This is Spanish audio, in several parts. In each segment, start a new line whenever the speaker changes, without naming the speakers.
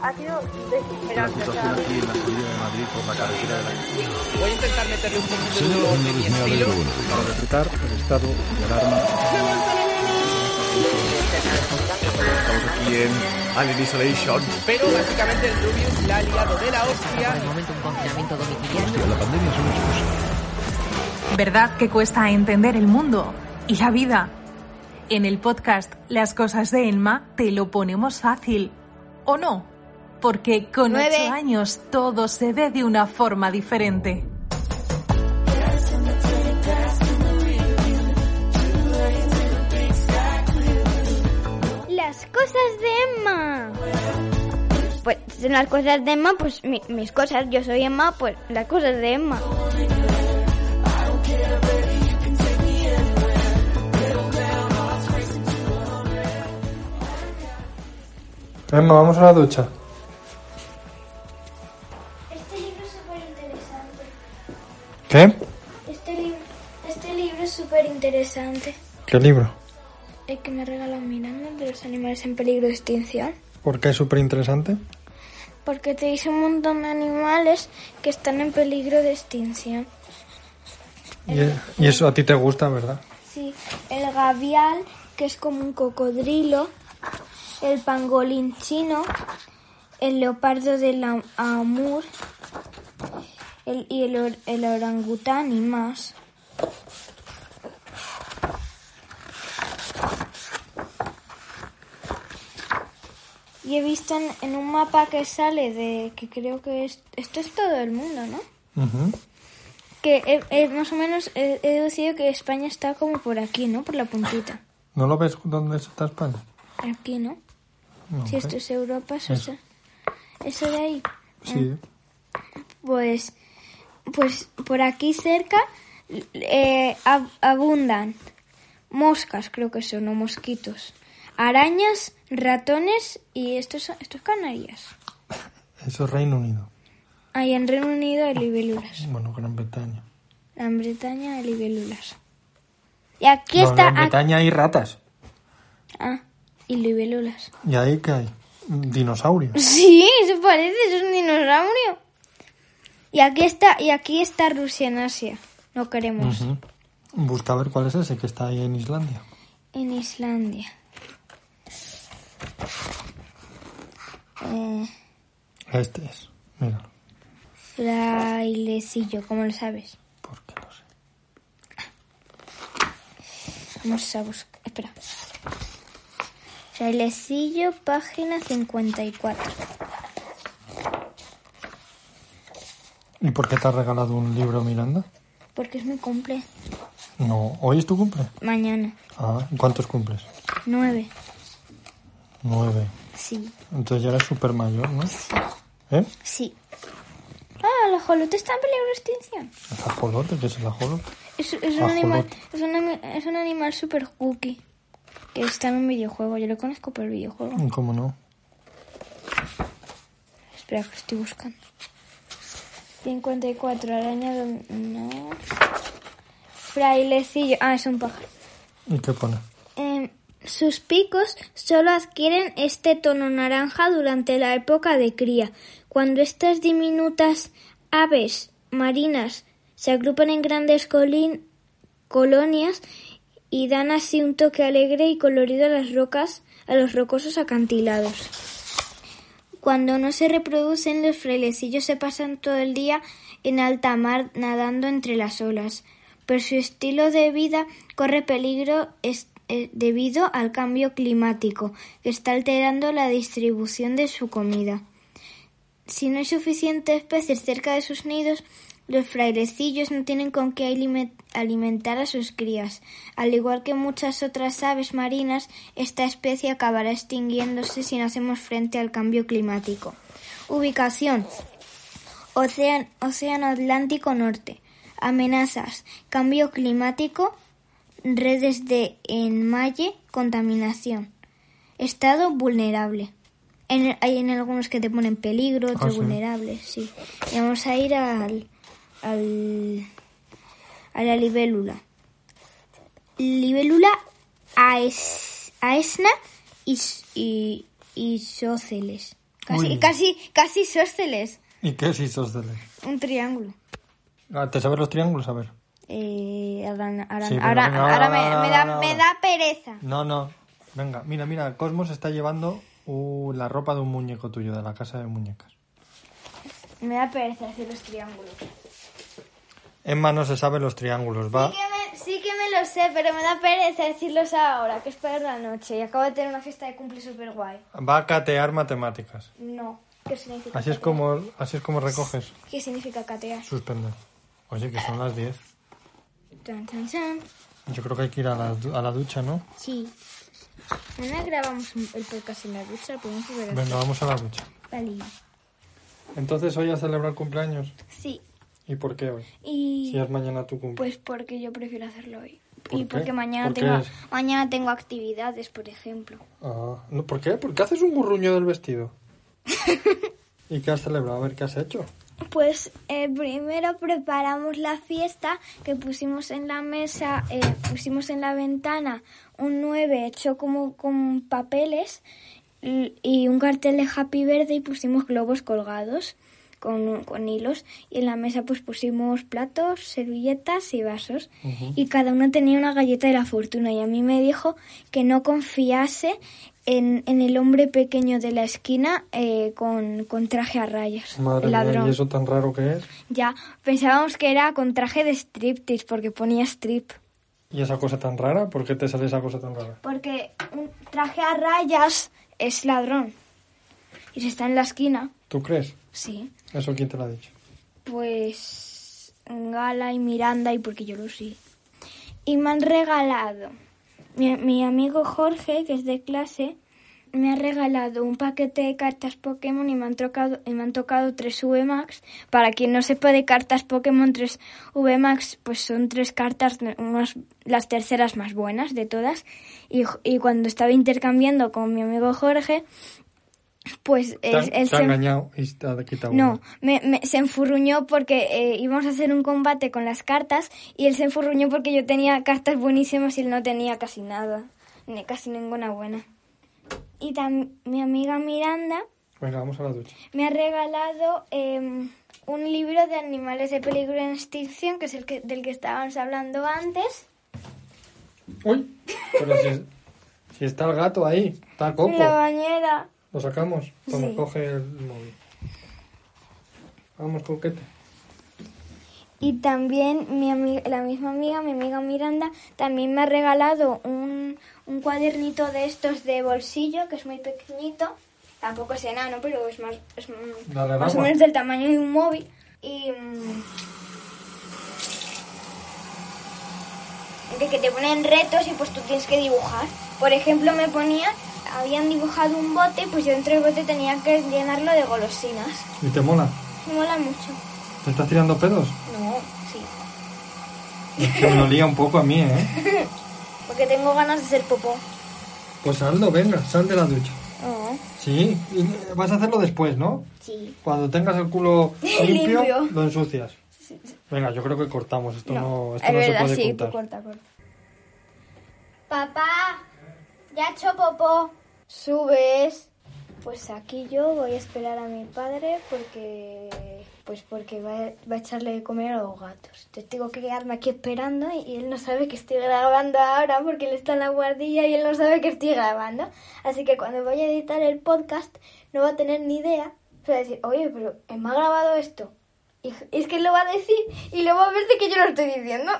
Ha sido desesperante. o sea,
en la subida de Madrid por la carretera de la
Voy a intentar meterle un poquito de
Señor
humor de
Núñez
mi
Mea
estilo.
Bello, buenos días. Para decretar el estado de alarma. Estamos aquí en Alien Isolation.
Pero básicamente el Rubius la ha liado de la
Por el
hostia.
momento un confinamiento domiciliario.
Hostia, la pandemia es una excusa.
¿Verdad que cuesta entender el mundo y la vida? En el podcast Las cosas de Elma te lo ponemos fácil. ¿O no? Porque con
Nueve.
ocho años todo se ve de una forma diferente.
Las cosas de Emma. Pues en las cosas de Emma, pues mi- mis cosas, yo soy Emma, pues las cosas de Emma.
Emma, vamos a la ducha.
Este libro es súper interesante.
¿Qué?
Este libro, este libro es súper interesante.
¿Qué libro?
El que me regaló Miranda de los animales en peligro de extinción.
¿Por qué es súper interesante?
Porque te dice un montón de animales que están en peligro de extinción.
Y, y eso a ti te gusta, ¿verdad?
Sí, el gavial, que es como un cocodrilo. El pangolín chino. El leopardo del am- Amur. El, y el, or- el orangután y más. Y he visto en, en un mapa que sale de que creo que es- esto es todo el mundo, ¿no? Que eh, eh, más o menos eh, he deducido que España está como por aquí, ¿no? Por la puntita.
¿No lo ves dónde está España?
Aquí, ¿no?
No,
Si
hombre.
esto es Europa, eso,
Eso.
eso de ahí.
Sí.
Pues, pues por aquí cerca eh, ab- abundan moscas, creo que son, o mosquitos. Arañas, ratones y estos, son- estos canarias.
Eso es Reino Unido.
Ahí en Reino Unido hay libélulas.
Bueno, Gran Bretaña.
En Bretaña hay libélulas. Y aquí
No, en
está...
Gran Bretaña hay ratas.
Ah, y libélulas.
¿Y ahí qué hay? Dinosaurios.
Sí, se parece, es un dinosaurio. Y aquí está, y aquí está Rusia en Asia. No queremos.
Ujú. Busca a ver cuál es ese que está ahí en Islandia.
En Islandia. Eh,
Este es. Míralo.
frailecillo, ¿cómo lo sabes?
Porque no sé.
Vamos a buscar. Espera. Frailecillo, página 54.
¿Y por qué te has regalado un libro, Miranda?
Porque es mi cumple.
No, hoy es tu cumple.
Mañana.
Ah, ¿y ¿cuántos cumples?
9.
Nueve.
Sí,
Entonces ya eres súper mayor, ¿no? ¿Eh?
sí. Ah, el ajolote está en peligro de extinción.
El ajolote, ¿qué es el ajolote?
Es, es un animal,
Ajolote.
es un, ami- es un animal super cookie. Que está en un videojuego. Yo lo conozco por el videojuego.
¿Cómo no?
Espera, que estoy buscando. 54, araña dom- No. Frailecillo. Ah, es un pájaro.
¿Y qué pone?
Em, sus picos solo adquieren este tono naranja durante la época de cría. Cuando estas diminutas aves marinas se agrupan en grandes colin- colonias y dan así un toque alegre y colorido a las rocas, a los rocosos acantilados. Cuando no se reproducen, los frailecillos se pasan todo el día en alta mar nadando entre las olas, pero su estilo de vida corre peligro es- eh, debido al cambio climático, que está alterando la distribución de su comida. Si no hay suficientes peces cerca de sus nidos, Los frailecillos no tienen con qué alime- alimentar a sus crías. Al igual que muchas otras aves marinas, esta especie acabará extinguiéndose si no hacemos frente al cambio climático. Ubicación. Ocean- Océano Atlántico Norte. Amenazas. Cambio climático. Redes de enmalle. Contaminación. Estado vulnerable. En el- hay en algunos que te ponen peligro, otros
sí.
vulnerables, sí. Y vamos a ir al, al- a la libélula. Libélula aes- aesna y, s- y, y isósceles.
Muy
Casi,
bien.
casi, casi isósceles.
¿Y qué es isósceles?
Un triángulo.
Ah, ¿Te sabes los triángulos? A ver.
Eh, ahora ahora-
Sí, pero
ahora-
venga,
ahora
ahora, ahora,
me, me da,
ahora,
me
ahora.
da pereza.
No, no. Venga, mira, mira, Cosmos está llevando uh, la ropa de un muñeco tuyo, de la casa de muñecas.
Me da pereza hacer los triángulos.
Emma no se sabe los triángulos, va.
Sí que, me, sí que me lo sé, pero me da pereza decirlos ahora, que es para la noche. Y acabo de tener una fiesta de cumple súper guay.
Va a catear matemáticas.
No. ¿Qué significa
Así es
catear?
como, así es como recoges.
¿Qué significa catear?
Suspender. Oye, que son las 10.
Tan, tan, tan.
Yo creo que hay que ir a la, du- a la ducha, ¿no?
Sí. Mañana grabamos un- el podcast en la ducha, podemos volver a
Venga, vamos a la ducha.
Vale.
Entonces, hoy a celebrar cumpleaños.
Sí.
¿Y por qué hoy?
Y
Si es mañana tu cumpleaños.
pues porque yo prefiero hacerlo hoy.
¿Por
y
qué?
porque mañana
¿Por qué
tengo
es?
mañana tengo actividades, por ejemplo.
Ah, no, ¿Por qué? ¿Por qué haces un gurruño del vestido? ¿Y qué has celebrado? A ver, ¿qué has hecho?
Pues eh, primero preparamos la fiesta que pusimos en la mesa, eh, pusimos en la ventana un 9 hecho como con papeles y y un cartel de Happy Verde y pusimos globos colgados con, con hilos y en la mesa pues pusimos platos, servilletas y vasos y cada uno tenía una galleta de la fortuna y a mí me dijo que no confiase en, en el hombre pequeño de la esquina eh, con, con traje a rayas,
Madre
el
mía, ¿y
ladrón.
eso tan raro que es?
Ya, pensábamos que era con traje de striptease porque ponía strip.
¿Y esa cosa tan rara? ¿Por qué te sale esa cosa tan rara?
Porque un traje a rayas es ladrón. Y si está en la esquina,
¿Tú crees?
sí,
¿Eso quién te lo ha dicho?
pues Gala y Miranda y porque yo lo sí. Y me han regalado, mi, mi amigo Jorge, que es de clase, me ha regalado un paquete de cartas Pokémon y me han, trocado, y me han tocado 3 VMAX. Para quien no sepa de cartas Pokémon, 3 VMAX pues son tres cartas, unas, las terceras más buenas de todas. Y, jo- y cuando estaba intercambiando con mi amigo Jorge, pues
Te han,
él, él
te han
se-
engañado y te ha quitado
no,
una.
me, me- se enfurruñó porque eh, íbamos a hacer un combate con las cartas y él se enfurruñó porque yo tenía cartas buenísimas y él no tenía casi nada, ni casi ninguna buena. Y tam- mi amiga Miranda
Venga, vamos a la ducha.
me ha regalado em, un libro de animales de peligro en extinción, que es el que, del que estábamos hablando antes.
¡Uy! Pero si, es- si está el gato ahí, está
En
Coco.
la bañera.
Lo sacamos. Toma,
Sí.
coge el móvil. Vamos, coquete.
Y también mi ami- la misma amiga, mi amiga Miranda, también me ha regalado un, un cuadernito de estos de bolsillo, que es muy pequeñito. Tampoco es enano, pero es más, es mm,
Dale al
más o
agua.
menos del tamaño de un móvil. Y... mm, de que te ponen retos y pues tú tienes que dibujar. Por ejemplo, me ponía, habían dibujado un bote, pues yo dentro del bote tenía que llenarlo de golosinas.
¿Y te mola?
Me mola mucho.
¿Te estás tirando pedos?
No, sí.
Que me lo lía un poco a mí, ¿eh?
Porque tengo ganas de ser popó.
Pues Aldo, venga, sal de la ducha.
Oh.
Sí, y vas a hacerlo después, ¿no?
Sí.
Cuando tengas el culo limpio,
Limpio.
lo ensucias. Venga, yo creo que cortamos. Esto no, esto
es
no
verdad,
se puede
sí, pues
contar.
corta, corta. Papá, ya he hecho popó. Subes. Pues aquí yo voy a esperar a mi padre porque pues porque va, a- va a echarle de comer a los gatos. Yo tengo que quedarme aquí esperando y él no sabe que estoy grabando ahora porque él está en la guardilla y él no sabe que estoy grabando. Así que cuando vaya a editar el podcast no va a tener ni idea. Se va a decir, oye, pero ¿me ha grabado esto? Y es que él lo va a decir y luego va a ver de que yo lo estoy diciendo.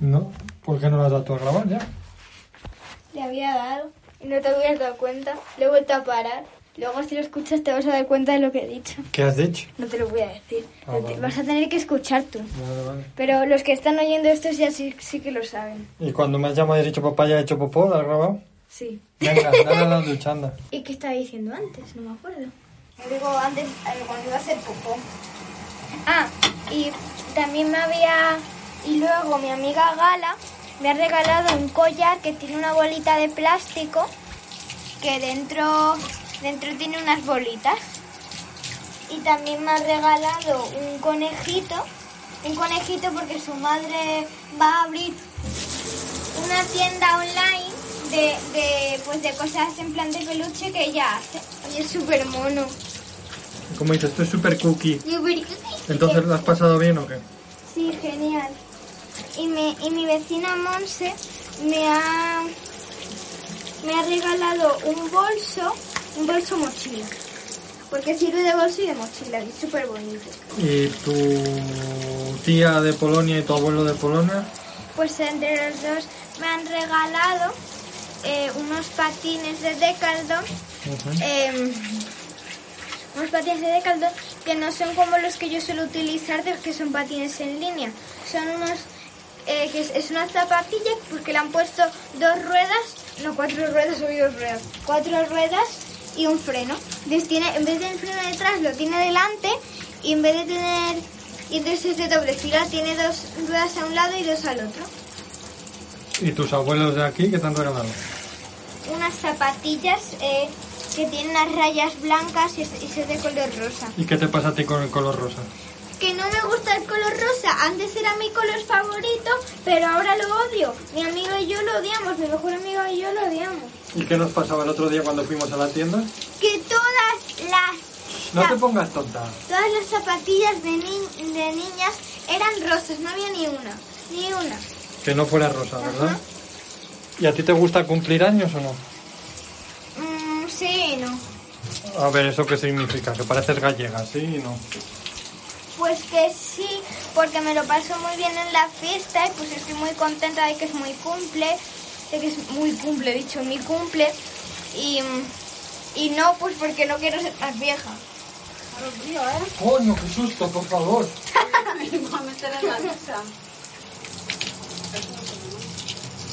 ¿No? ¿Por qué no lo has dado tú a grabar ya?
Le había dado y no te hubieras dado cuenta. Le he vuelto a parar. Luego si lo escuchas te vas a dar cuenta de lo que he dicho.
¿Qué has dicho?
No te lo voy a decir.
Ah,
No te-
vale.
Vas a tener que escuchar tú.
Vale, vale.
Pero los que están oyendo esto ya sí, sí que lo saben.
¿Y cuando me has llamado y has dicho papá, ya he hecho popó? ¿Lo has grabado?
Sí.
Venga, dale a la ducha, anda.
¿Y qué estaba diciendo antes? No me acuerdo. Yo digo antes eh, cuando iba a hacer popó. Ah, y también me había... Y luego mi amiga Gala me ha regalado un collar que tiene una bolita de plástico que dentro, dentro tiene unas bolitas. Y también me ha regalado un conejito. Un conejito porque su madre va a abrir una tienda online de, de, pues de cosas en plan de peluche que ella hace. Y es súper mono.
Como dices, esto es súper cookie.
Entonces,
lo has pasado bien o qué?
Sí, genial. Y, me, y mi vecina Monse me ha, me ha regalado un bolso, un bolso mochila. Porque sirve de bolso y de mochila, y es súper bonito.
¿Y tu tía de Polonia y tu abuelo de Polonia?
Pues entre los dos me han regalado eh, unos patines de Decathlon eh, unos patines de Decathlon que no son como los que yo suelo utilizar, de- que son patines en línea. Son unos eh, que es, es una zapatilla porque le han puesto dos ruedas, no cuatro ruedas, hoy dos ruedas, cuatro ruedas y un freno. Entonces tiene, en vez del freno detrás lo tiene delante y en vez de tener y entonces es de doble fila tiene dos ruedas a un lado y dos al otro.
¿Y tus abuelos de aquí qué te han regalado?
Unas zapatillas eh, que tienen las rayas blancas y es- y es de color rosa.
¿Y qué te pasa a ti con el color rosa?
que no me gusta el color rosa. Antes era mi color favorito, pero ahora lo odio. Mi amigo y yo lo odiamos, mi mejor amigo y yo lo odiamos.
¿Y qué nos pasaba el otro día cuando fuimos a la tienda?
Que todas las
No te
la-
pongas tonta.
todas las zapatillas de, ni- de niñas eran rosas, no había ni una, ni una.
Que no fuera rosa, ¿verdad?
Ajá.
¿Y a ti te gusta cumplir años o no?
Mm, sí, no.
A ver, ¿eso qué significa? Que pareces gallega, ¿sí y no?
Pues que sí, porque me lo paso muy bien en la fiesta y pues estoy muy contenta de que es muy cumple, de que es muy cumple, he dicho mi cumple. Y, mm, y no, pues porque no quiero ser más vieja.
¡Coño, qué susto, por favor!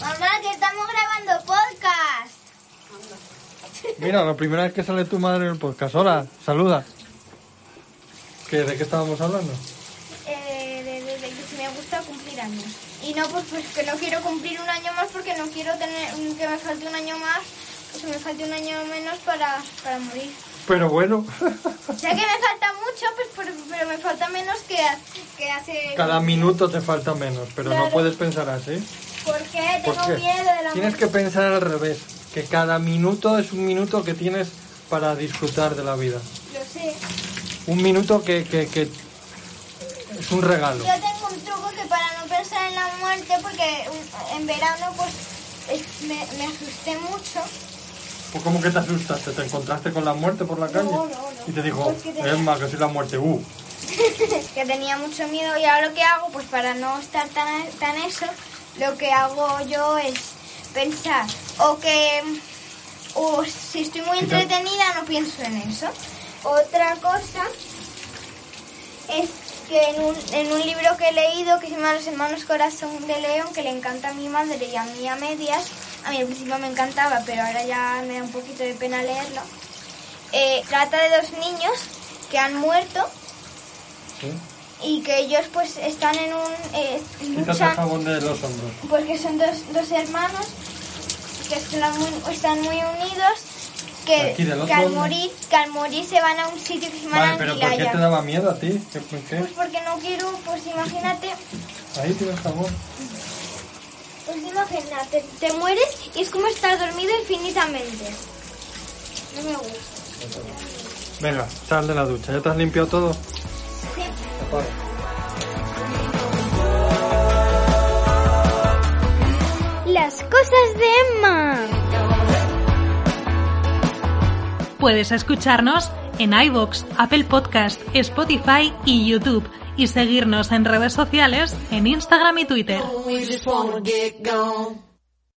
Mamá, que estamos grabando podcast.
Mira, la primera vez que sale tu madre en el podcast. Hola, saluda. ¿Qué, ¿De qué estábamos hablando?
Eh, de, de- de que si me gusta cumplir años. Y no, pues, pues que no quiero cumplir un año más porque no quiero tener que me falte un año más, pues que me falte un año menos para, para morir.
Pero bueno,
Ya que me falta mucho, pues, pero, pero me falta menos que, ha- que hace...
cada minuto te falta menos, pero no
Claro.
puedes pensar así.
¿Por qué?
¿Por
Tengo
qué?
miedo de la
Tienes que pensar al revés, que cada minuto es un minuto que tienes para disfrutar de la vida.
Lo sé.
Un minuto que, que, que es un regalo.
Yo tengo un truco que para no pensar en la muerte, porque un- en verano pues es- me, me asusté mucho.
Pues ¿Cómo que te asustaste? ¿Te encontraste con la muerte por la calle?
no, no.
Y te dijo,
Pues que te-
Emma, que soy la muerte, uh.
que tenía mucho miedo y ahora lo que hago, pues para no estar tan, tan eso, lo que hago yo es pensar o que o si estoy muy
Quita.
entretenida no pienso en eso. Otra cosa es que en un, en un libro que he leído que se llama Los hermanos corazón de león, que le encanta a mi madre y a mí a medias, a mí al principio me encantaba, pero ahora ya me da un poquito de pena leerlo, eh, trata de dos niños que han muerto
¿Sí?
y que ellos pues están en un eh,
Quítate el
luchan
jabón de los hombros.
porque son dos, dos hermanos que están muy, están muy unidos
De
que,
aquí, del
que
otro
al
lado.
morir que al morir se van a un sitio que se llama
Vale, pero ¿por qué
Antilaya.
te daba miedo a ti? ¿Qué- por qué?
pues porque no quiero pues imagínate
Ahí tienes jabón.
pues imagínate te mueres y es como estar dormido infinitamente no me gusta
Venga, sal de la ducha. ¿Ya te has limpiado todo?
Sí.
Apaga.
las cosas de Emma
Puedes escucharnos en iVoox, Apple Podcast, Spotify y YouTube y seguirnos en redes sociales en Instagram y Twitter.
We just wanna get gone.